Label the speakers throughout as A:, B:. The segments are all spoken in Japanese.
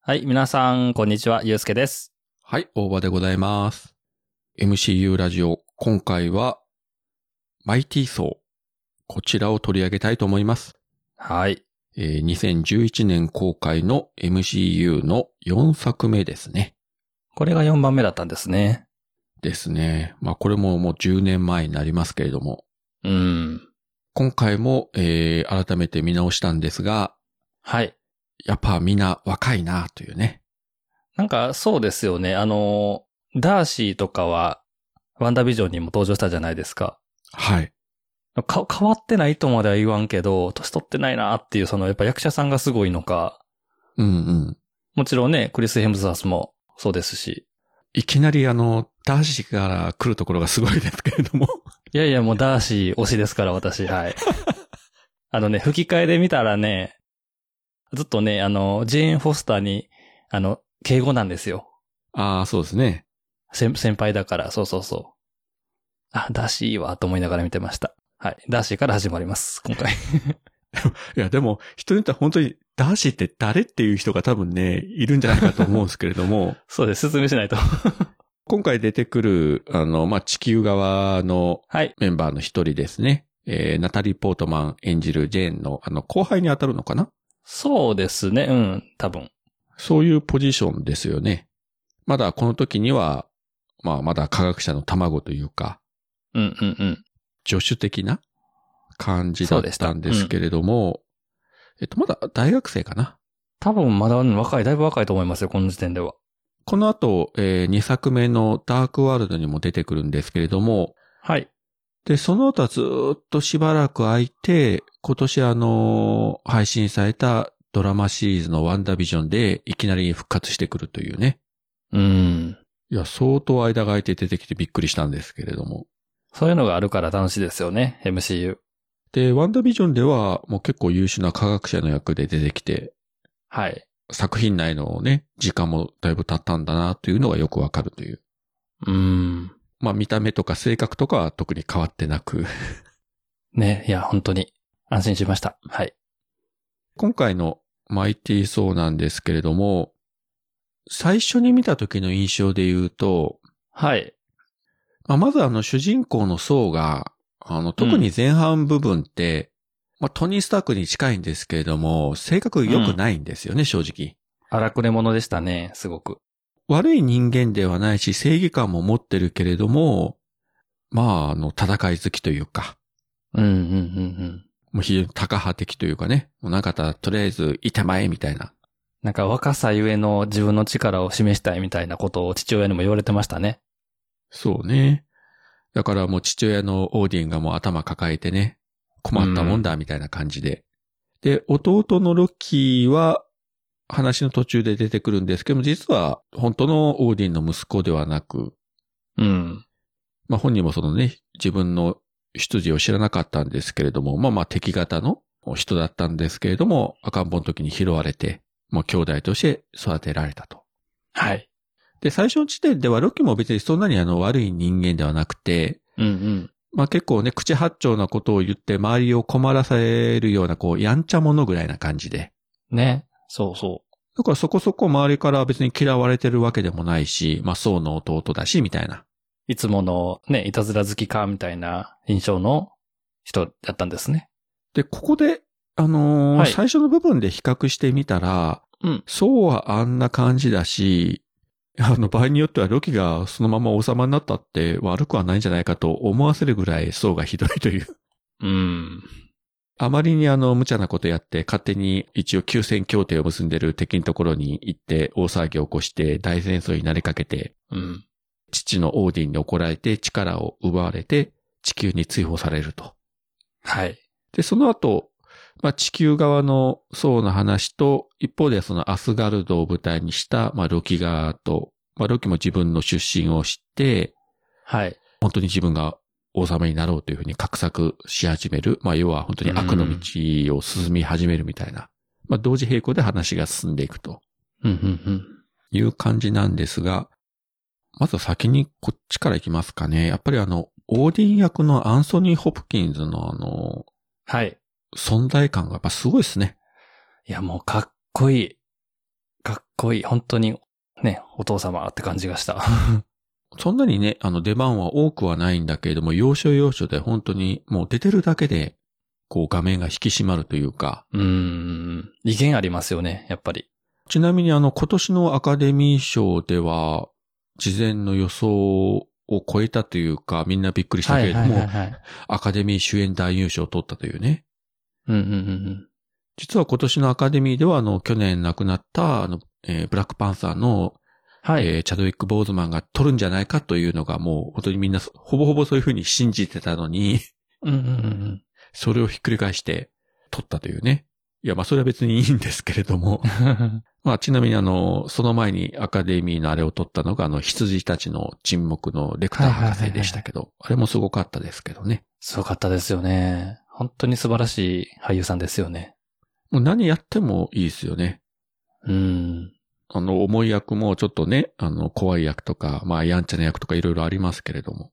A: はい、皆さん、こんにちは、ゆうすけです。
B: はい、大場でございます。MCU ラジオ、今回は、マイティーソー。こちらを取り上げたいと思います。
A: はい。
B: えー2011年公開の MCU の4作目ですね。
A: これが4番目だったんですね。
B: ですね。まあこれももう10年前になりますけれども、
A: うん。
B: 今回も、えー改めて見直したんですが、
A: はい。
B: やっぱみんな若いなというね。
A: なんか、そうですよね。あの、ダーシーとかは、ワンダービジョンにも登場したじゃないですか。
B: はい。
A: か変わってないとまでは言わんけど、年取ってないなっていう、その、やっぱ役者さんがすごいのか。
B: うんうん。
A: もちろんね、クリス・ヘムズワースもそうですし。
B: いきなりあの、ダーシーから来るところがすごいですけれども。
A: いやいや、もうダーシー推しですから、私、はい。あのね、吹き替えで見たらね、ずっとね、あの、ジェーン・フォスターに、あの、敬語なんですよ。
B: ああ、そうですね。
A: 先先輩だから、そうそうそう。あ、ダーシーいいわ、と思いながら見てました。はい。ダーシーから始まります、今回。
B: いや、でも、人によっては本当に、ダーシーって誰っていう人が多分ね、いるんじゃないかと思うんですけれども、
A: そうです、説明しないと。
B: 今回出てくる、あの、まあ、地球側の
A: はい。
B: メンバーの一人ですね。えーナタリー・ポートマン演じるジェーンの、あの、後輩に当たるのかな
A: そうですね、うん、多分。
B: そういうポジションですよね。まだこの時には、まあ、まだ科学者の卵というか、
A: うん、うん、うん。
B: 助手的な感じだったんですけれども、えっと、まだ大学生かな
A: 多分まだうん若い、だいぶ若いと思いますよ、この時点では。
B: この後、え2作目のダークワールドにも出てくるんですけれども、
A: はい。
B: で、その後はずーっとしばらく空いて、今年あのー配信されたドラマシリーズのワンダービジョンでいきなり復活してくるというね。
A: うん。
B: いや、相当間が空いて出てきてびっくりしたんですけれども。
A: そういうのがあるから楽しいですよね、MCU。
B: で、ワンダービジョンではもう結構優秀な科学者の役で出てきて、
A: はい。
B: 作品内のね、時間もだいぶ経ったんだなというのがよくわかるという。
A: うん。
B: まあ見た目とか性格とかは特に変わってなく。
A: ね、いや、本当に、安心しました。はい。
B: 今回のマイティーソーなんですけれども、最初に見た時の印象で言うと、
A: はい。
B: まあまずあの主人公のソーが、あの特に前半部分って、まあトニー・スタークに近いんですけれども、性格良くないんですよね、正直。
A: 荒くれ者でしたね、すごく。
B: 悪い人間ではないし、正義感も持ってるけれども、まあ、あの、戦い好きというか、
A: うん、うん、うん、うん。
B: もう非常に高派的というかね、もうなんかたとりあえず、いてまえみたいな。
A: なんか若さゆえの自分の力を示したいみたいなことを父親にも言われてましたね。
B: そうね。だからもう父親のオーディンがもう頭抱えてね、困ったもんだみたいな感じで。で、弟のロッキーは話の途中で出てくるんですけども、実は本当のオーディンの息子ではなく、
A: うん。
B: まあ本人もそのね、自分の出自を知らなかったんですけれども、まあまあ敵型の人だったんですけれども、赤ん坊の時に拾われて、もう兄弟として育てられたと。
A: はい。
B: で、最初の時点ではロッキーも別にそんなにあの悪い人間ではなくて、
A: うんうん。
B: まあ結構ね、口八丁なことを言って周りを困らせるような、こう、やんちゃ者ぐらいな感じで。
A: ね。そうそ
B: だからそこそこ周りから別に嫌われてるわけでもないし、まあそうの弟だし、みたいな。
A: う。いつものね、いたずら好きかみたいな印象の人だったんですね。
B: で、ここで、あのー
A: はい
B: 最初の部分で比較してみたら、
A: うん
B: そうはあんな感じだし、あの、場合によってはロキがそのまま王様になったって悪くはないんじゃないかと思わせるぐらい層がひどいという。
A: うん。
B: あまりにあの、無茶なことやって、勝手に一応休戦協定を結んでる敵のところに行って、大騒ぎを起こして、大戦争になりかけて、
A: うん。
B: 父のオーディンに怒られて、力を奪われて、地球に追放されると。
A: はい。
B: で、その後、まあ、地球側の層の話と、一方でそのアスガルドを舞台にした、まあ、ロキ側と、まあ、ロキも自分の出身を知って、
A: はい。
B: 本当に自分が王様になろうというふうに画策し始める。まあ、要は本当に悪の道を進み始めるみたいな。まあ、同時並行で話が進んでいくと
A: うんうん
B: いう感じなんですが、まず先にこっちから行きますかね。やっぱりあの、オーディン役のアンソニー・ホプキンズのあの、
A: はい。
B: 存在感がやっぱすごいですね。
A: いや、もうかっこいい。かっこいい。本当に、ね、お父様って感じがした。
B: そんなにね、あの出番は多くはないんだけれども、要所要所で本当にもう出てるだけで、こう画面が引き締まるというか、
A: うーん。威厳ありますよね、やっぱり。
B: ちなみにあの今年のアカデミー賞では、事前の予想を超えたというか、みんなびっくりしたけれども、
A: はい。
B: アカデミー主演男優賞を取ったというね。
A: うんうんうん
B: 実は今年のアカデミーでは、あの、去年亡くなった、あの、えーブラックパンサーの、
A: うん。はい。
B: えーチャドウィック・ボーズマンが取るんじゃないかというのが、もう本当にみんな、ほぼほぼそういうふうに信じてたのに、
A: うんうんうん。
B: それをひっくり返して取ったというね。いや、まあそれは別にいいんですけれども
A: うん。
B: まあちなみにあの、その前にアカデミーのあれを取ったのが、あの、羊たちの沈黙のレクター博士でしたけど、あれもすごかったですけどね。
A: すごかったですよね。本当に素晴らしい俳優さんですよね。
B: もう何やってもいいですよね。
A: うん。
B: あの、重い役もちょっとね、あの、怖い役とか、まあ、やんちゃな役とかいろいろありますけれども。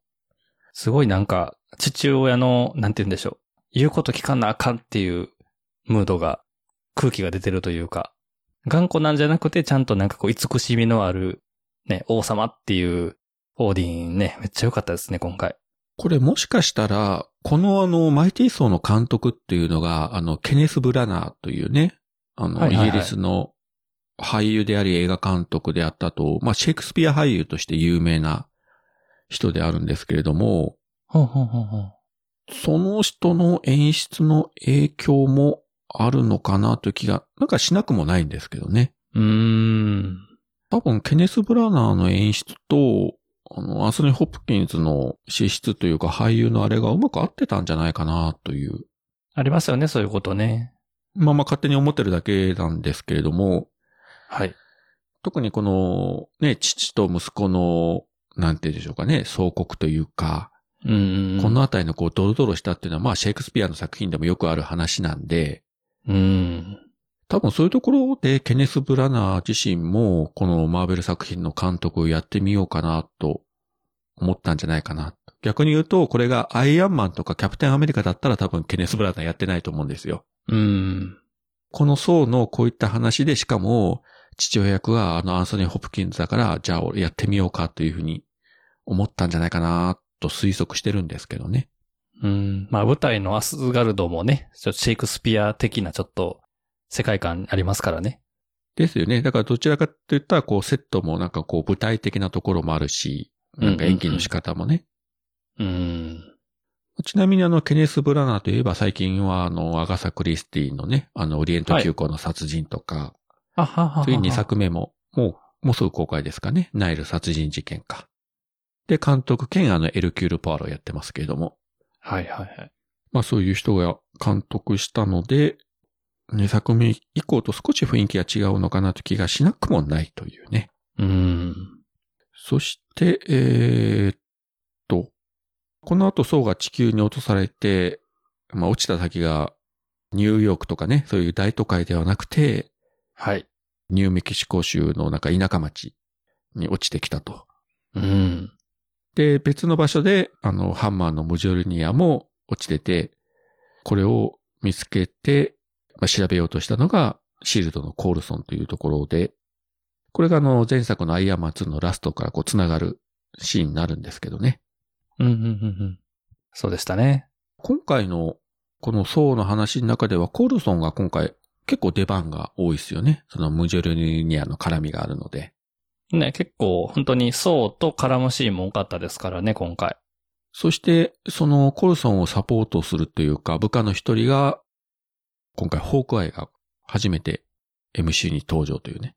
A: すごいなんか、父親の、なんて言うんでしょう。言うこと聞かなあかんっていうムードが、空気が出てるというか、頑固なんじゃなくて、ちゃんとなんかこう、慈しみのある、ね、王様っていう、オーディンね、めっちゃ良かったですね、今回。
B: これもしかしたら、このあの、マイティーソーの監督っていうのが、あの、ケネス・ブラナーというね、あの、
A: はいはいはい
B: イギリスの俳優であり映画監督であったと、まあ、シェイクスピア俳優として有名な人であるんですけれども、
A: ほんほんほんほん。
B: その人の演出の影響もあるのかなという気が、なんかしなくもないんですけどね。
A: うーん。
B: 多分、ケネス・ブラナーの演出と、あの、アンソニー・ホップキンズの資質というか俳優のあれがうまく合ってたんじゃないかなという。
A: ありますよね、そういうことね。
B: まあまあ勝手に思ってるだけなんですけれども、
A: はい。
B: 特にこの、ね、父と息子の、なんて言うんでしょうかね、相国というか、
A: うん。
B: この、あたりのこうドロドロしたっていうのは、まあシェイクスピアの作品でもよくある話なんで、
A: うん。
B: 多分そういうところでケネス・ブラナー自身も、このマーベル作品の監督をやってみようかなと思ったんじゃないかな。逆に言うと、これがアイアンマンとかキャプテンアメリカだったら多分ケネス・ブラナーやってないと思うんですよ。
A: うん。
B: この層のこういった話で、しかも父親役はあのアンソニー・ホプキンズだから、じゃあ俺やってみようかというふうに思ったんじゃないかなと推測してるんですけどね。
A: うん。まあ、舞台のアスガルドもね、ちょっとシェイクスピア的なちょっと、世界観ありますからね。
B: ですよね。だからどちらかって言ったら、こうセットもなんかこう舞台的なところもあるし、なんか演技の仕方もね。
A: うん。
B: ちなみにあの、ケネス・ブラナーといえば最近はあの、アガサ・クリスティのね、あの、オリエント急行の殺人とか、
A: あははは。
B: 次に2。作目も、もう、もうすぐ公開ですかね。ナイル殺人事件か。で、監督兼あの、エルキュール・パールをやってますけれども、
A: はいはいはい。
B: まあそういう人が監督したので、2作目以降と少し雰囲気が違うのかなという気がしなくもないというね。
A: うん。
B: そして、えーっと、この後、層が地球に落とされて、まあ、落ちた先が、ニューヨークとかね、そういう大都会ではなくて、
A: はい。
B: ニューメキシコ州のなんか田舎町に落ちてきたと。
A: うん。
B: で、別の場所で、あの、ハンマーのムジョルニアも落ちてて、これを見つけて、まあ、調べようとしたのが、シールドのコールソンというところで、これがあの、前作のアイアンマン2のラストからこう、つながるシーンになるんですけどね。
A: うんうんうんうん。そうでしたね。
B: 今回のこの層の話の中では、コールソンが今回結構出番が多いですよね。そのムジョルニアの絡みがあるので。
A: ね、結構本当にそうと絡むシーンも多かったですからね、今回。
B: そして、そのコールソンをサポートするというか、部下の一人が、今回ホークアイが初めて MC に登場というね。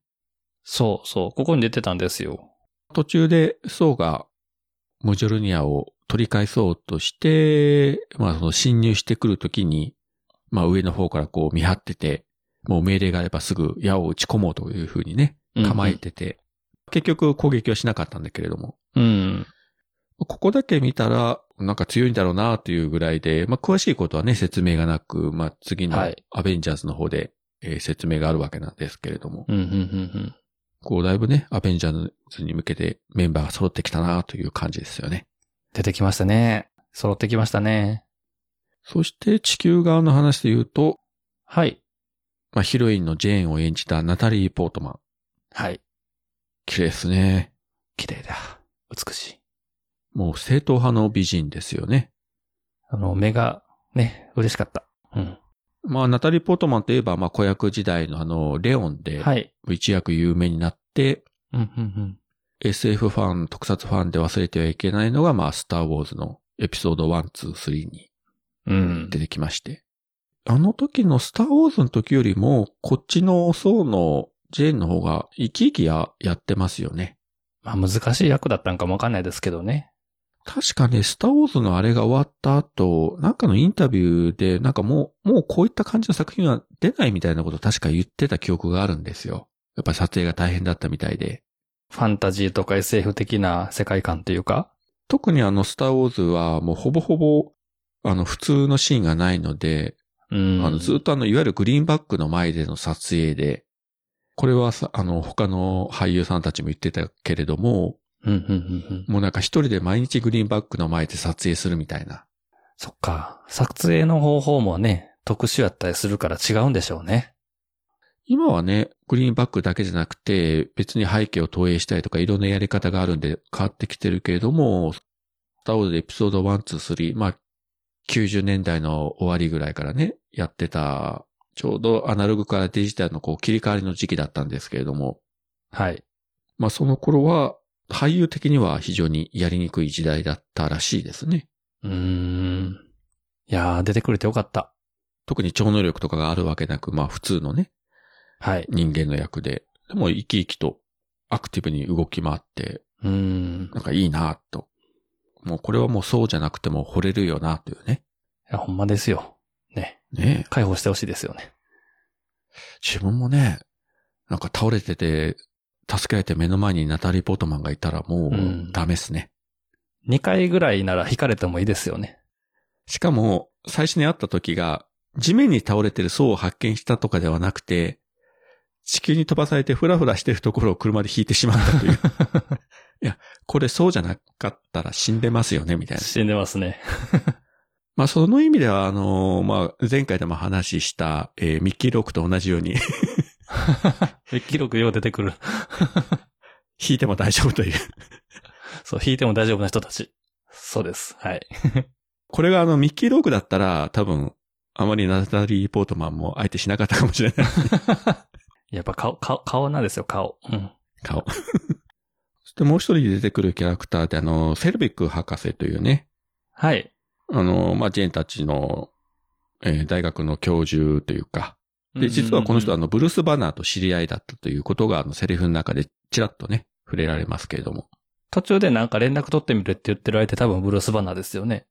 A: そうそう。ここに出てたんですよ。
B: 途中で層がムジョルニアを取り返そうとして、まあその侵入してくるときに、まあ上の方からこう見張ってて、もう命令があればすぐ矢を打ち込もうというふうにね、構えてて、結局攻撃はしなかったんだけれども、
A: うん。うん。
B: ここだけ見たら、なんか強いんだろうなというぐらいで、まあ詳しいことはね、説明がなく、まあ次の
A: はい
B: アベンジャーズの方で、えー説明があるわけなんですけれども、
A: うん、うん、うん、
B: こうだいぶね、アベンジャーズに向けてメンバーが揃ってきたなという感じですよね。
A: 出てきましたね。揃ってきましたね。
B: そして地球側の話で言うと、
A: はい。
B: まあヒロインのジェーンを演じたナタリー・ポートマン。
A: はい。
B: 綺麗ですね。
A: 綺麗だ。美しい。
B: もう正統派の美人ですよね。
A: あの、目が、ね、嬉しかった。うん。
B: まあ、ナタリー・ポートマンといえば、まあ、子役時代のあの、レオンで、
A: はい。
B: 一躍有名になって、
A: うん、うん、
B: SF ファン、特撮ファンで忘れてはいけないのが、まあ、スター・ウォーズのエピソード1、2、3に
A: うん。
B: 出てきまして。あの時のスター・ウォーズの時よりも、こっちの層のジェーンの方が生き生きややってますよね。
A: まあ、難しい役だったんかもわかんないですけどね。
B: 確かね、スター・ウォーズのあれが終わった後、なんかのインタビューで、なんかもう、もうこういった感じの作品は出ないみたいなこと確か言ってた記憶があるんですよ。やっぱり撮影が大変だったみたいで。
A: ファンタジーとか SF 的な世界観というか。
B: 特にあの、スター・ウォーズはもうほぼほぼ、あの、普通のシーンがないので、
A: うん。
B: あの、ずっとあの、いわゆるグリーンバックの前での撮影で、これはさ、あの、他の俳優さんたちも言ってたけれども、
A: うん、うん、うん、うん。
B: もうなんか一人で毎日グリーンバックの前で撮影するみたいな。
A: そっか。撮影の方法もね、特殊やったりするから違うんでしょうね。
B: 今はね、グリーンバックだけじゃなくて、別に背景を投影したりとかいろんなやり方があるんで変わってきてるけれども、スターウォーズでエピソード1、2、3、まあ、90年代の終わりぐらいからね、やってた、ちょうどアナログからデジタルのこう切り替わりの時期だったんですけれども、
A: はい。
B: まあその頃は、俳優的には非常にやりにくい時代だったらしいですね。
A: うーん。いやー、出てくれてよかった。
B: 特に超能力とかがあるわけなく、まあ普通のね、
A: はい。
B: 人間の役で、でも生き生きとアクティブに動き回って、
A: うーん。
B: なんかいいなぁと。もうこれはもうそうじゃなくても惚れるよなというね。
A: いや、ほんまですよ。ね。
B: ねえ
A: 解放してほしいですよね。
B: 自分もね、なんか倒れてて、助けられて目の前にナタリー・ポートマンがいたらも
A: うん
B: うダメっすね。
A: 2回ぐらいなら引かれてもいいですよね。
B: しかも、最初に会った時が、地面に倒れてる層を発見したとかではなくて、地球に飛ばされてフラフラしてるところを車で引いてしまった という。いや、これそうじゃなかったら死んでますよね、みたいな。
A: 死んでますね。
B: まあ、その意味では、あのーまあ、前回でも話した、えーミッキー・ロークと同じよう に
A: 記録よう出てく る。
B: 弾いても大丈夫という。
A: そう、引いても大丈夫な人たち。そうです。はい。
B: これがあの、ミッキー・ロークだったら、多分、あまりナタリー・ポートマンも相手しなかったかもしれ ない。
A: やっぱ顔、顔、顔なんですよ、顔。うん。
B: 顔。そしてもう一人出てくるキャラクターで、あの、セルビック博士というね、
A: はい。
B: あの、まあ、ジェーンたちの、えー大学の教授というか、で、実はこの人、あ
A: の、
B: の、ブルース・バナーと知り合いだったということが、あの、セリフの中でちらっとね、触れられますけれども。
A: 途中でなんか連絡取ってみるって言ってる相手多分ブルースバナーですよね。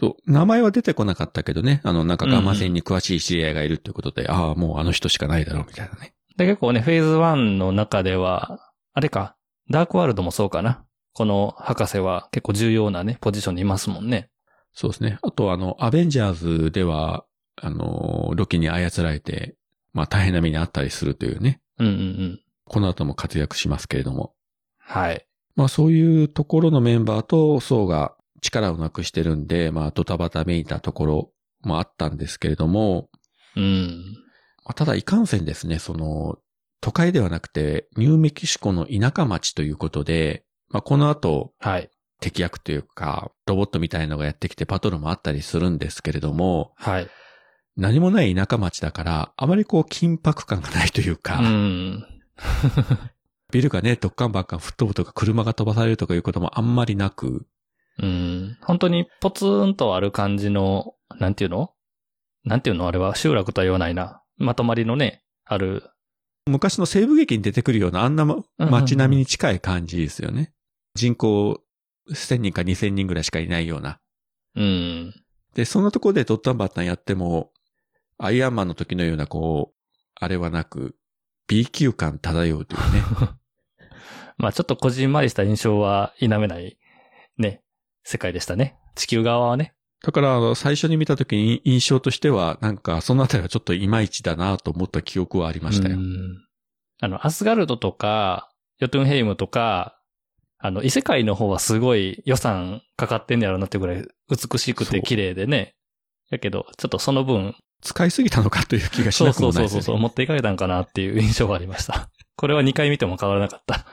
B: そう、名前は出てこなかったけどね、あの、なんかガンマ線に詳しい知り合いがいるということで、ああ、もうあの人しかないだろう、みたいなね。
A: で、結構ね、フェーズ1の中では、あれか、ダークワールドもそうかな。この博士は結構重要なね、ポジションにいますもんね。
B: そうですね。あと、あの、アベンジャーズでは、あの、ロキに操られて、まあ大変な目にあったりするというね、
A: うんうんうん。
B: この後も活躍しますけれども。
A: はい。
B: まあそういうところのメンバーと層が力をなくしてるんで、まあドタバタめいたところもあったんですけれども、
A: うん。
B: まあただいかんせんですね、その、都会ではなくて、ニューメキシコの田舎町ということで、まあこの後、
A: はい。
B: 敵役というか、ロボットみたいのがやってきてパトロンもあったりするんですけれども、
A: はい。
B: 何もない田舎町だから、あまりこう緊迫感がないというか、
A: うん。
B: ビルがね、ドッカンバッカン吹っ飛ぶとか、車が飛ばされるとかいうこともあんまりなく、
A: うん。本当にポツンとある感じの、なんていうのなんていうのあれは集落とは言わないな。まとまりのね、ある。
B: 昔の西部劇に出てくるようなあんなま
A: うんうん
B: 街並みに近い感じですよね。人口1000人か2000人ぐらいしかいないような。
A: うん。
B: で、そんなところでドッカンバッカンやっても、アイアンマンの時のようなこう、あれはなく、B 級感漂う というね。
A: まあちょっとこじんまりした印象は否めない、ね、世界でしたね。地球側はね。
B: だから、あの、最初に見た時に印象としては、なんか、そのあたりはちょっといまいちだなと思った記憶はありましたよ
A: う。んあの、アスガルドとか、ヨトゥンヘイムとか、あの、異世界の方はすごい予算かかってんねやろなってぐらい美しく
B: そ
A: て
B: う
A: 綺麗でね。やけど、ちょっとその分、
B: 使いすぎたのかという気がし
A: そう
B: なく
A: そ
B: も
A: う
B: ない
A: そう
B: です
A: そうそう、
B: よね。
A: 持っていかれたんかなっていう印象はありました。 これは2回見ても変わらなかった。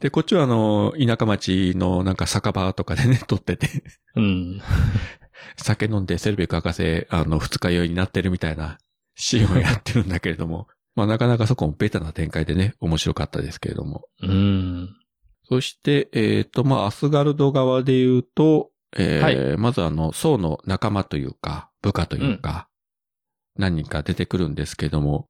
B: で、こっちはあの、田舎町のなんか酒場と かでね、撮ってて、
A: うん。
B: 酒飲んでセルビック博士、あの、二日酔いになってるみたいなシーンをやってるんだけれども、まあなかなかそこもベタな展開でね、面白かったですけれども。
A: うん。
B: そして、えっ、と、まあ、アスガルド側で言うと、えー
A: は
B: まずあの、僧の仲間というか、部下というか、何人か出てくるんですけども、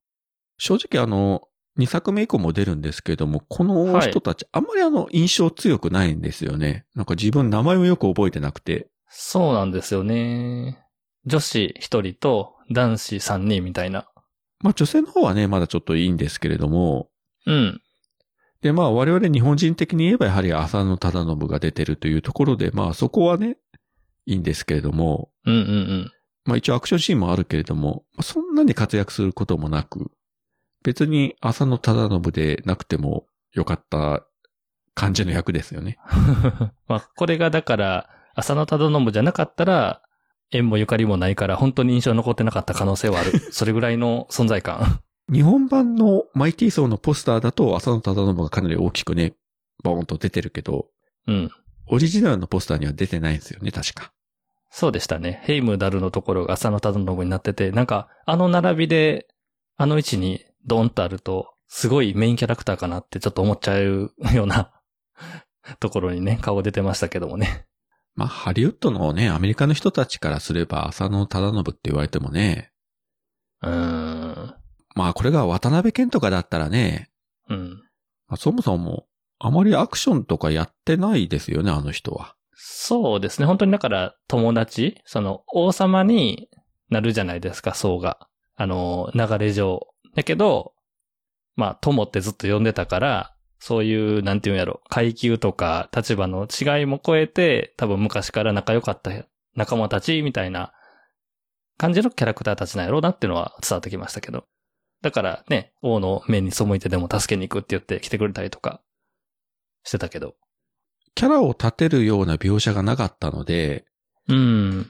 B: 正直あの、2作目以降も出るんですけども、この人たち、あんまりあの、印象強くないんですよね。なんか自分名前もよく覚えてなくて、
A: そうなんですよね。女子1人と男子3人みたいな。
B: まあ、女性の方はね、まだちょっといいんですけれども、
A: うん。
B: で、まあ、我々日本人的に言えば、やはり浅野忠信が出てるというところで、まあ、そこはね、いいんですけれども、
A: うんうん
B: まあ一応アクションシーンもあるけれども、まあそんなに活躍することもなく、別に浅野忠信でなくてもよかった感じの役ですよね。
A: うん。まあ、これがだから、浅野忠信じゃなかったら、縁もゆかりもないから、本当に印象残ってなかった可能性はある。それぐらいの存在感。
B: 日本版のマイティーソーのポスターだと浅野忠信がかなり大きくね、ボーンと出てるけど、
A: うん。
B: オリジナルのポスターには出てないんですよね、確か。
A: そうでしたね。ヘイムダルのところが浅野忠信になってて、なんか、あの並びで、あの位置にドンとあると、すごいメインキャラクターかなってちょっと思っちゃうようなところにね、顔出てましたけどもね。
B: まあ、ハリウッドのね、アメリカの人たちからすれば浅野忠信って言われてもね、
A: うーん。
B: まあこれが渡辺謙とかだったらね、
A: うん。
B: まあそもそもあまりアクションとかやってないですよね、あの人は。
A: そうですね。本当にだから友達、その王様になるじゃないですか、僧が。あの、流れ上。だけど、まあ、友ってずっと呼んでたから、そういう、なんていうんやろ、階級とか立場の違いも超えて、多分昔から仲良かった仲間たちみたいな感じのキャラクターたちなんやろうなっていうのは伝わってきましたけど。だからね、王の目に背いてでも助けに行くって言って来てくれたりとかしてたけど。
B: キャラを立てるような描写がなかったので、
A: うん。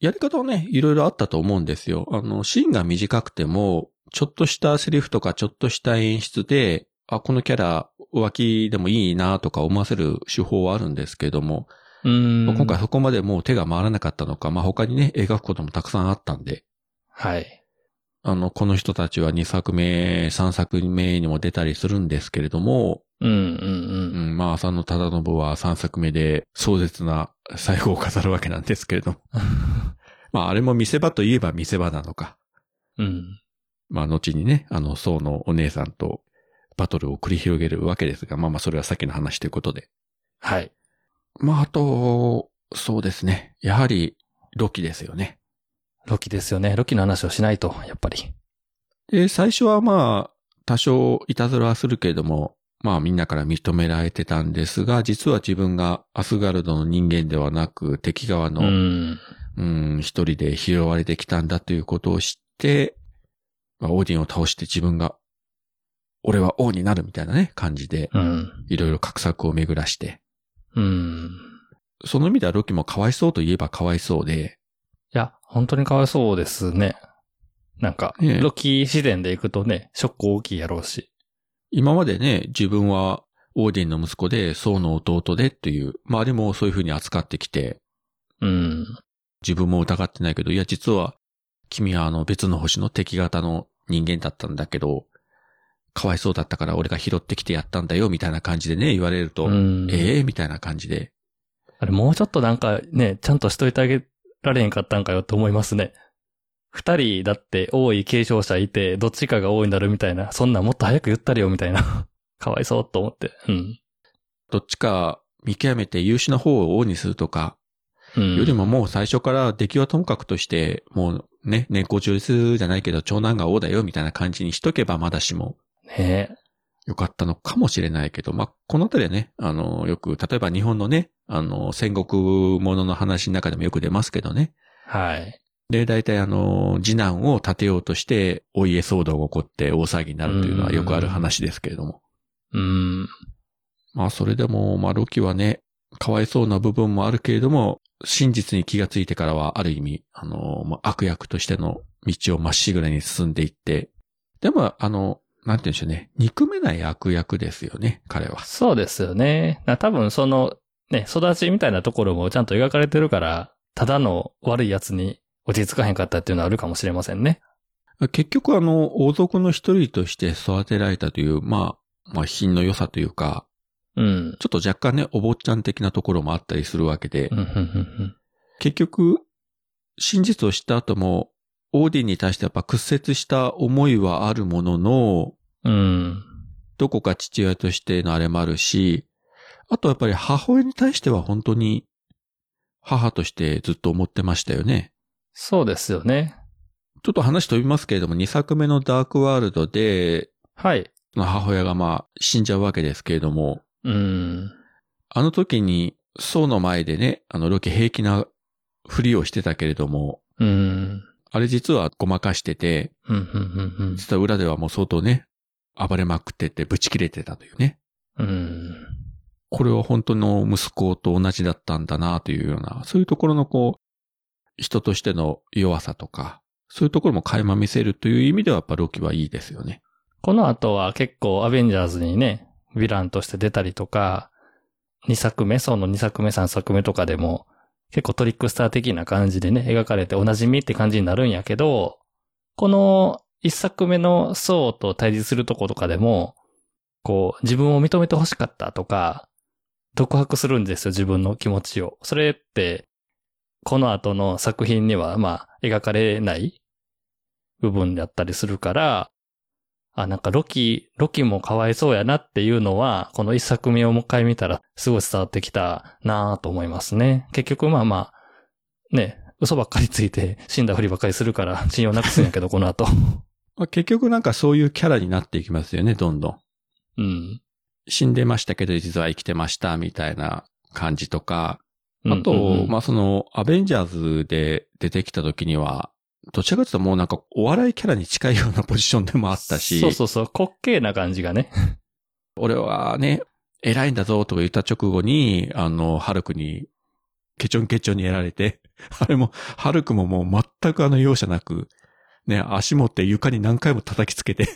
B: やり方はね、いろいろあったと思うんですよ。あの、シーンが短くても、ちょっとしたセリフとかちょっとした演出で、あ、このキャラ浮気でもいいなとか思わせる手法はあるんですけども、
A: うん。
B: まあ今回そこまでもう手が回らなかったのか、まあ他にね、描くこともたくさんあったんで、
A: はい。
B: あの、この人たちは2作目、3作目にも出たりするんですけれども、
A: うんうん
B: う
A: うん。
B: ん、まあ、浅野忠信は3作目で壮絶な最後を飾るわけなんですけれども。まあ、あれも見せ場といえば見せ場なのか。
A: うん。
B: まあ、後にね、あの、宋のお姉さんとバトルを繰り広げるわけですが、まあまあ、それはさっきの話ということで。
A: はい。
B: まあ、あと、そうですね。やはり、ロキですよね。
A: ロキですよね。ロキの話をしないと、やっぱり。
B: で、最初はまあ、多少いたずらはするけれども、まあみんなから認められてたんですが、実は自分がアスガルドの人間ではなく、敵側
A: う
B: の
A: ん。
B: うん、一人で拾われてきたんだということを知って、まあ、オーディンを倒して自分が、俺は王になるみたいなね、感じで、
A: うん。
B: いろいろ画策を巡らして、
A: うん。
B: その意味ではロキもかわいそうといえばかわいそうで、
A: いや、本当にかわいそうですね。なんか、
B: ねえ
A: ロキ視点で行くとね、ショック大きいやろうし。
B: 今までね、自分はオーディンの息子で、宋の弟でっていう、周りもそういうふうに扱ってきて、
A: うん。
B: 自分も疑ってないけど、いや、実は、君はあの別の星の敵型の人間だったんだけど、かわいそうだったから俺が拾ってきてやったんだよ、みたいな感じでね、言われると、
A: うん。
B: ええみたいな感じで。
A: あれ、もうちょっとなんかね、ちゃんとしといてあげられへんかったんかよって思いますね。二人だって多い継承者いて、どっちかが多いになるみたいな、そんなんもっと早く言ったりよみたいな。 かわいそうと思って。うん。
B: どっちか見極めて優秀な方を王にするとか、
A: うん。
B: よりももう最初から出来はともかくとして、もうね、年功序列じゃないけど長男が王だよみたいな感じにしとけばまだしも
A: ね
B: よかったのかもしれないけど、まあ、このあたりはね、あの、よく、例えば日本のね、あの、戦国ものの話の中でもよく出ますけどね。
A: はい。
B: で、大体あの、次男を立てようとして、お家騒動が起こって大騒ぎになるというのはよくある話ですけれども。
A: うん。
B: まあそれでも、まあロキはね、かわいそうな部分もあるけれども、真実に気がついてからはある意味、あの、まあ悪役としての道をまっしぐらに進んでいって、でも、あの、なんて言うんでしょうね。憎めない悪役ですよね、彼は。
A: そうですよね。な多分その、ね、育ちみたいなところもちゃんと描かれてるから、ただの悪い奴に落ち着かへんかったっていうのはあるかもしれませんね。
B: 結局あの、王族の一人として育てられたという、まあ、まあ品の良さというか、
A: うん。
B: ちょっと若干ね、お坊ちゃん的なところもあったりするわけで、
A: うんうんうん
B: 結局、真実を知った後も、オーディンに対してやっぱ屈折した思いはあるものの、
A: うんうん。
B: どこか父親としてのあれもあるし、あとやっぱり母親に対しては本当に母としてずっと思ってましたよね。
A: そうですよね。
B: ちょっと話飛びますけれども、2作目のダークワールドで、
A: はい。
B: その母親がまあ死んじゃうわけですけれども、
A: うん。
B: あの時に、宋の前でね、あのロキ平気なふりをしてたけれども、
A: うん。
B: あれ実はごまかしてて、
A: うん、うん、うん
B: 実は裏ではもう相当ね、暴れまくってて、ぶち切れてたというね。
A: うん。うん。
B: これは本当の息子と同じだったんだなというような、そういうところのこう、人としての弱さとか、そういうところも垣間見せるという意味ではやっぱロキはいいですよね。
A: この後は結構アベンジャーズにね、ヴィランとして出たりとか、2作目、その2作目、3作目とかでも、結構トリックスター的な感じでね、描かれておなじみって感じになるんやけど、この1作目のソーと対峙するとことかでも、こう、自分を認めて欲しかったとか、独白するんですよ、自分の気持ちを。それって、この後の作品には、まあ、描かれない部分だったりするから、あ、なんかロキ、ロキもかわいそうやなっていうのは、この一作目をもう一回見たらすごい伝わってきたなぁと思いますね。結局まあまあ、ね、嘘ばっかりついて死んだふりばっかりするから信用なくすんやけど、この後。
B: まあ、結局なんかそういうキャラになっていきますよね、どんど
A: う
B: ん。
A: ん。
B: 死んでましたけど実は生きてましたみたいな感じとか、
A: うん
B: あと、
A: うんうん
B: まあ、その、アベンジャーズで出てきた時には、どちらかというともうなんかお笑いキャラに近いようなポジションでもあったし、
A: そうそうそう、滑稽な感じがね。
B: 俺はね、偉いんだぞとか言った直後に、あの、ハルクに、ケチョンケチョンにやられて、 あれも、ハルクももう全くあの容赦なく、ね、足持って床に何回も叩きつけて、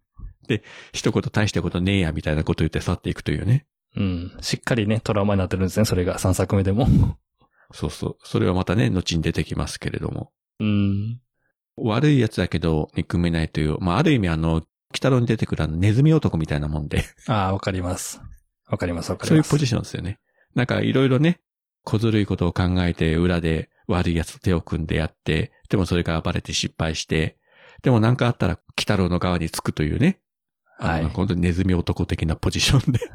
B: で、一言大したことねえやみたいなこと言って去っていくというね。
A: うん。しっかりね、トラウマになってるんですね、それが3作目でも。
B: そうそう。それはまたね、後に出てきますけれども。
A: うん。
B: 悪いやつだけど憎めないという、まあ、ある意味あの、北郎に出てくるあのネズミ男みたいなもんで、
A: ああ、わかります。わかります、わか
B: そ
A: り
B: う
A: ま
B: いう
A: す。
B: ポジションですよね。なんかいろいろね、小ずるいことを考えて裏で悪いやつと手を組んでやって、でもそれが暴れて失敗して、でもなんかあったら北郎の側につくというね、
A: は
B: あの、
A: い。
B: 本当にネズミ男的なポジションで。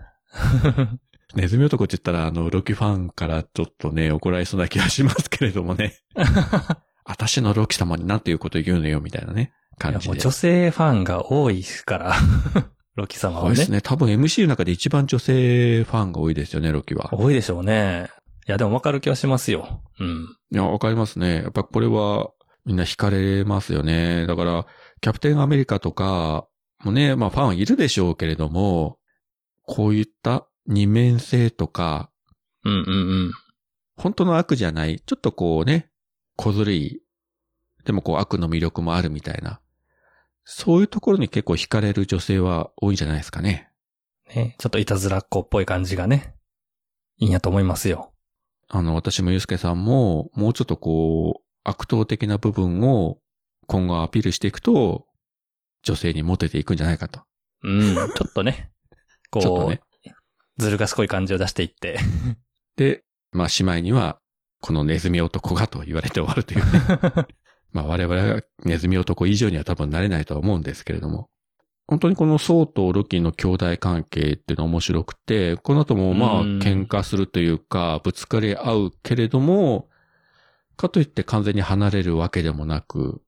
B: ネズミ男って言ったらあの、ロキファンからちょっとね、怒られそうな気がしますけれどもね。 私のロキ様になんていうこと言うのよ、みたいなね、
A: い
B: 感
A: や
B: じ
A: もう
B: で。
A: 女性ファンが多いから、 ロキ様
B: 多
A: はいね
B: で。すね。多分 MC の中で一番女性ファンが多いですよね、ロキは。
A: 多いでしょうね。いや、でもわかる気はしますよ。うん。
B: いや、わかりますね。やっぱこれはみんな惹かれますよね。だから、キャプテンアメリカとかもね、まあファンいるでしょうけれども、こういった二面性とか、
A: うんうんうん。
B: 本当の悪じゃない、ちょっとこうね、小ずるい、でもこう悪の魅力もあるみたいな、そういうところに結構惹かれる女性は多いんじゃないですかね。
A: ね、ちょっといたずらっ子っぽい感じがね、いいんやと思いますよ。
B: あの、私もゆうすけさんも、もうちょっとこう、悪党的な部分を今後アピールしていくと、女性にモテていくんじゃないかと。
A: うん。ちょっとね、こ
B: ちょっと
A: う、
B: ね。
A: ずる賢い感じを出していって。
B: で、まあ、姉妹には、このネズミ男がと言われて終わると いう、ね。まあ、我々がネズミ男以上には多分なれないとは思うんですけれども。本当にこのソウとロキの兄弟関係っていうのは面白くて、この後もまあ
A: うん
B: 喧嘩するというか、ぶつかり合うけれども、かといって完全に離れるわけでもなく、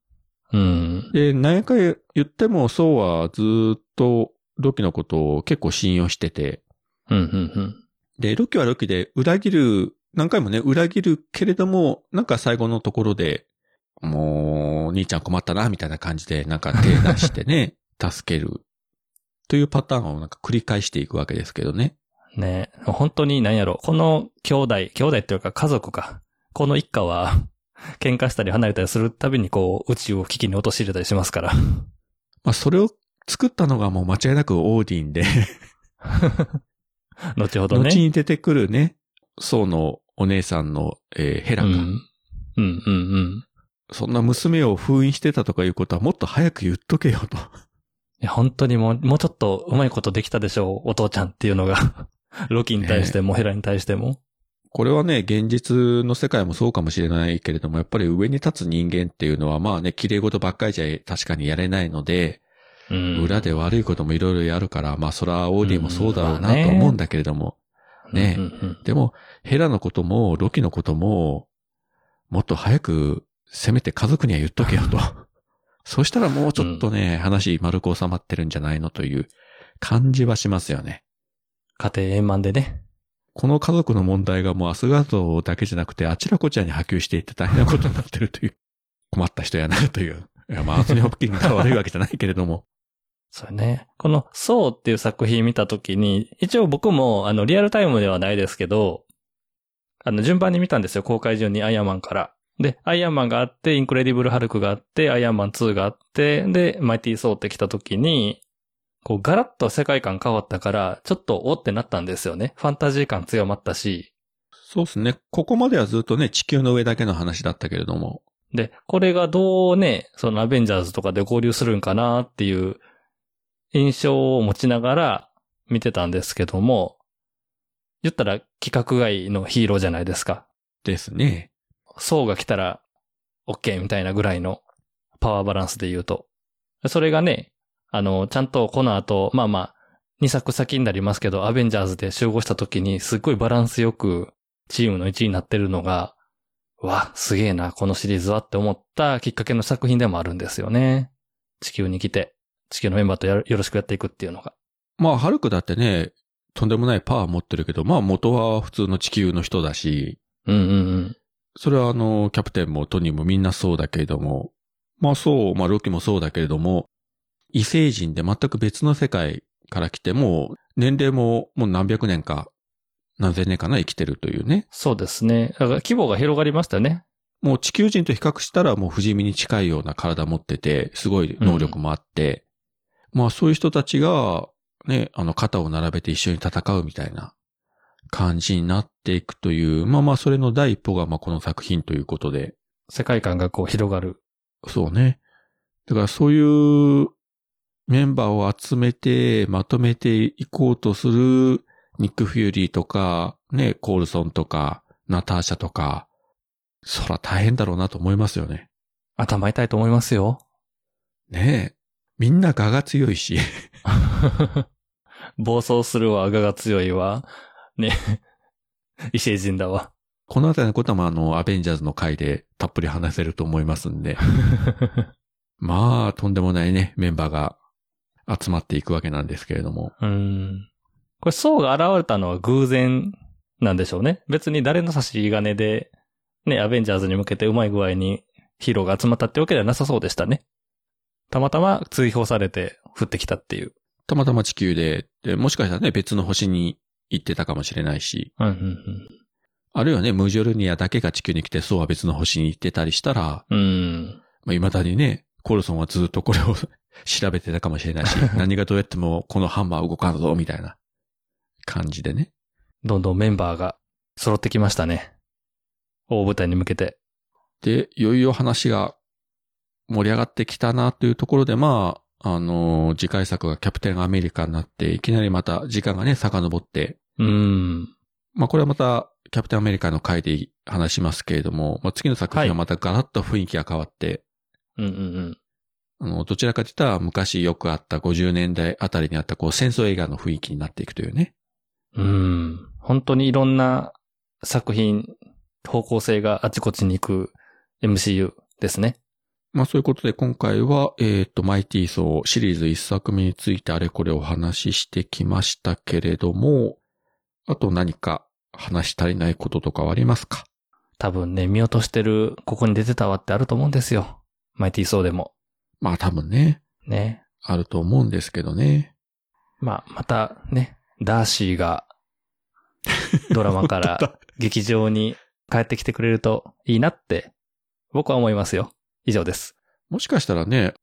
A: うん。
B: で、何回言っても、そうはずーっとロキのことを結構信用してて、
A: うんうん
B: で、ロキはロキで裏切る、何回もね、裏切るけれども、なんか最後のところで、もう、兄ちゃん困ったな、みたいな感じで、なんか手出し てね、助ける。というパターンをなんか繰り返していくわけですけどね。
A: うん。ね、本当に何やろ、この兄弟、兄弟っていうか家族か。この一家は、 喧嘩したり離れたりするたびにこう、宇宙を危機に陥れたりしますから。
B: まあ、それを作ったのがもう間違いなくオーディンで、
A: 後ほどね。
B: 後に出てくるね、そうのお姉さんの、えーヘラ
A: う
B: か、
A: ん。うんうんうん。
B: そんな娘を封印してたとかいうことはもっと早く言っとけよと。
A: いや、本当にもう、もうちょっとうまいことできたでしょう、お父ちゃんっていうのが。 ロキに対しても、ヘラに対しても。
B: これはね、現実の世界もそうかもしれないけれども、やっぱり上に立つ人間っていうのは、まあね、綺麗事ばっかりじゃ確かにやれないので、
A: うん
B: 裏で悪いこともいろいろやるから、まあそらオーディもそうだろ
A: う
B: うな
A: んまあね
B: と思うんだけれども、ね
A: うんうん
B: でも、ヘラのことも、ロキのことも、もっと早く、せめて家族には言っとけよと。 そしたらもうちょっとね、話丸く収まってるんじゃないのという感じはしますよね。
A: 家庭円満でね。
B: この家族の問題がもうアスガードだけじゃなくて、あちらこちらに波及していって大変なことになってるという、 困った人やなという。いやまあ、アンソニー・ホプキンが悪いわけじゃないけれども。
A: そうね。この、そうっていう作品見たときに、一応僕も、あの、リアルタイムではないですけど、あの、順番に見たんですよ、公開順にアイアンマンから。で、アイアンマンがあって、インクレディブル・ハルクがあって、アイアンマン2があって、で、マイティー・ソーって来たときに、こう、ガラッと世界観変わったから、ちょっとおってなったんですよね。ファンタジー感強まったし、
B: そうですね。ここまではずっとね、地球の上だけの話だったけれども。
A: で、これがどうね、そのアベンジャーズとかで合流するんかなっていう印象を持ちながら見てたんですけども、言ったら規格外のヒーローじゃないですか。
B: ですね。
A: 層が来たら OK みたいなぐらいのパワーバランスで言うと。それがね、あの、ちゃんとこの後、まあまあ、2作先になりますけど、アベンジャーズで集合した時にすっごいバランスよくチームの一位になってるのが、うわ、すげえな、このシリーズはって思ったきっかけの作品でもあるんですよね。地球に来て、地球のメンバーとやるよろしくやっていくっていうのが。
B: まあ、ハルクだってね、とんでもないパワー持ってるけど、まあ元は普通の地球の人だし、
A: うんうんうん。
B: それはあの、キャプテンもトニーもみんなそうだけれども、まあそう、まあロキもそうだけれども、異星人で全く別の世界から来ても、年齢ももう何百年か、何千年かな生きてるというね。
A: そうですね。だから規模が広がりましたよね。
B: もう地球人と比較したらもう不死身に近いような体持ってて、すごい能力もあって、まあそういう人たちが、ね、あの肩を並べて一緒に戦うみたいな感じになっていくという、まあまあそれの第一歩がまあこの作品ということで、
A: 世界観がこう広がる。
B: そうね。だからそういうメンバーを集めて、まとめていこうとするニック・フューリーとか、ね、コールソンとか、ナターシャとか、そら大変だろうなと思いますよね。
A: 頭痛いと思いますよ。
B: ねえ。みんな我が強いし。
A: 暴走するわ、ガが強いわ。ね。 異星人だ わ。
B: このあたりのことは、まあ、あの、アベンジャーズの回でたっぷり話せると思いますんで。 まあ、とんでもないね、メンバーが集まっていくわけなんですけれども。
A: うん。これ、層が現れたのは偶然なんでしょうね。別に誰の差し金で、ね、アベンジャーズに向けてうまい具合にヒーローが集まったってわけではなさそうでしたね。たまたま追放されて降ってきたっていう。
B: たまたま地球で、で、もしかしたらね、別の星に行ってたかもしれないし、
A: うん、
B: あるいはね、ムジョルニアだけが地球に来て、そうは別の星に行ってたりしたら、
A: うん、うん。
B: まあ、未だにね、コルソンはずっとこれを 調べてたかもしれないし、何がどうやってもこのハンマーは動かんぞ、みたいな感じでね。
A: どんどんメンバーが揃ってきましたね。大舞台に向けて。
B: で、いよいよ話が盛り上がってきたなというところで、まあ、あのー次回作がキャプテンアメリカになって、いきなりまた時間がね、遡って、
A: うん。
B: まあ、これはまた、キャプテンアメリカの回で話しますけれども、まあ、次の作品はまたガラッと雰囲気が変わって、
A: うんうんうん。
B: あの、どちらかといったら昔よくあった50年代あたりにあったこう戦争映画の雰囲気になっていくというね。
A: うん。本当にいろんな作品、方向性があちこちに行く MCU ですね。
B: まあそういうことで今回は、えっ、と、マイティーソーシリーズ1作目についてあれこれお話ししてきましたけれども、あと何か話し足りないこととかはありますか
A: 多分ね、見落としてる、ここに出てたわってあると思うんですよ。マイティーソーでも。
B: まあ多分ね、
A: ね。
B: あると思うんですけどね。
A: まあ、またね、ダーシーが、ドラマか
B: 本
A: ら劇場に帰ってきてくれるといいなって、僕は思いますよ。以上です。
B: もしかしたらね、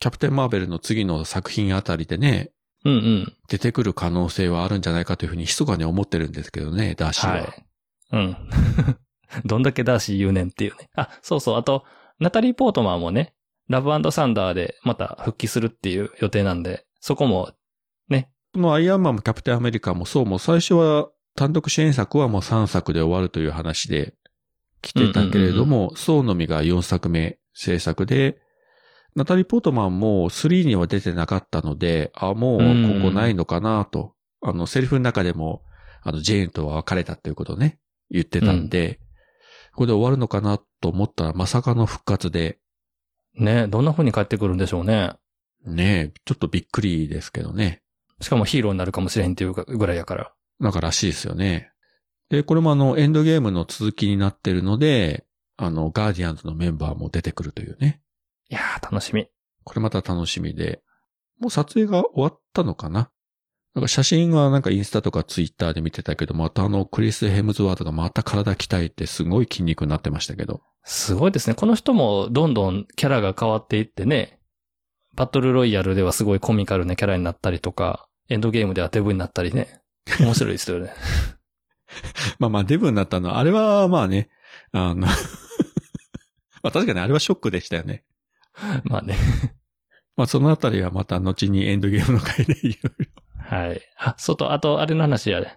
B: キャプテン・マーベルの次の作品あたりでね、
A: うんうん。
B: 出てくる可能性はあるんじゃないかというふうに密かに思ってるんですけどね、ダッシュは。
A: はい。うん。 どんだけダーシー言うねんっていうね。あ、そうそう。あと、ナタリー・ポートマンもね、ラブサンダーでまた復帰するっていう予定なんで、そこも、
B: このアイアンマンもキャプテン・アメリカもそう、もう最初は単独支援作はもう3作で終わるという話で来てたけれども、ソーのみが4作目制作で、ナタリー・ポートマンも3には出てなかったので、あ、もうここないのかなと。あの、セリフの中でも、あの、ジェーンとは別れたということをね、言ってたんで、ここで終わるのかなと思ったらまさかの復活で、
A: ね、どんな風に帰ってくるんでしょうね。
B: ねえ、ちょっとびっくりですけどね。
A: しかもヒーローになるかもしれへんっていうぐらいやから。
B: なんからしいですよね。で、これもあの、エンドゲームの続きになってるので、あの、ガーディアンズのメンバーも出てくるというね。
A: いやー、楽しみ。
B: これまた楽しみで。もう撮影が終わったのかななんか写真はなんかインスタとかツイッターで見てたけど、またあの、クリス・ヘムズワードがまた体鍛えてすごい筋肉になってましたけど。
A: すごいですね。この人もどんどんキャラが変わっていってね、バトルロイヤルではすごいコミカルなキャラになったりとか、エンドゲームではデブになったりね。面白いですよね。
B: まあまあ、デブになったのは、あれはまあね、あの 、まあ確かにあれはショックでしたよね。
A: まあね。
B: まあそのあたりはまた後にエンドゲームの回でいろいろ
A: はい。あ、外、あと、あれの話やで。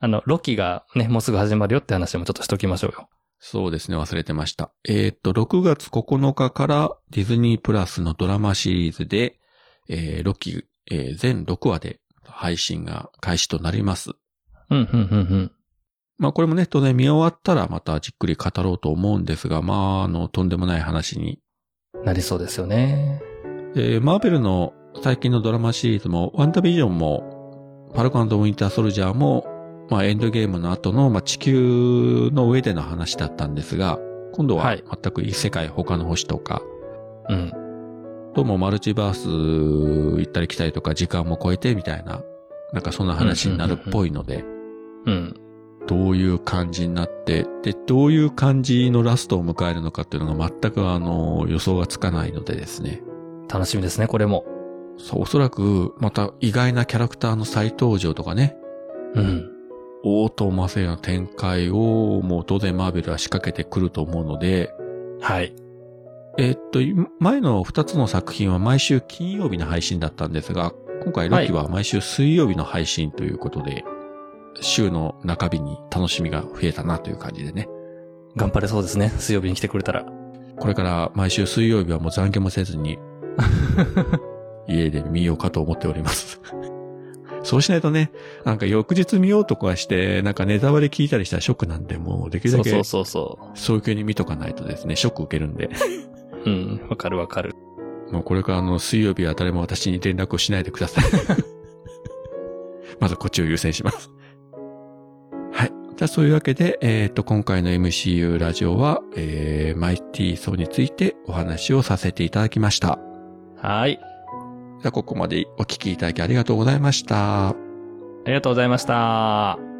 A: あの、ロキがね、もうすぐ始まるよって話もちょっとしときましょうよ。
B: そうですね、忘れてました。えーっと、6月9日からディズニープラスのドラマシリーズで、えー、ロキ、えー全6話で配信が開始となります。
A: うん、うん、うん、
B: まあこれもね、当然見終わったらまたじっくり語ろうと思うんですが、まああの、とんでもない話に。
A: うん。なりそうですよね。
B: えーマーベルの最近のドラマシリーズも、ワンダービジョンも、ファルコンウィンターソルジャーも、まあエンドゲームの後の、まあ地球の上での話だったんですが、今度は
A: はい
B: 全く異世界、他の星とか、
A: うん。
B: どうもマルチバース行ったり来たりとか時間も超えてみたいな、なんかそんな話になるっぽいので、
A: うん。
B: どういう感じになって、で、どういう感じのラストを迎えるのかっていうのが全くあの、予想がつかないのでですね。
A: 楽しみですね、これも。
B: そう、おそらくまた意外なキャラクターの再登場とかね、
A: うん。
B: オートマセの展開をもう当然マーベルは仕掛けてくると思うので、
A: はい。
B: えっと、今前の2つの作品は毎週金曜日の配信だったんですが、今回ロキは毎週水曜日の配信ということで、週の中日に楽しみが増えたなという感じでね。
A: 頑張れそうですね。水曜日に来てくれたら。
B: これから毎週水曜日はもう懺悔もせ ずに家で見ようかと思っております。そうしないとね、なんか翌日見ようとかして、なんかネタバレ聞いたりしたらショックなんで、もうできる
A: そ
B: だ
A: うそ
B: け
A: うそうそ
B: 早急に見とかないとですね、ショック受けるんで。
A: う。うん。わかるわかる。
B: もうこれからあの水曜日は誰も私に連絡をしないでください。 まずこっちを優先します。はい。じゃあそういうわけで、えっ、と、今回の MCU ラジオは、えー、マイティーソーについてお話をさせていただきました。
A: はい。
B: じゃあここまでお聞きいただきありがとうございました。
A: ありがとうございました。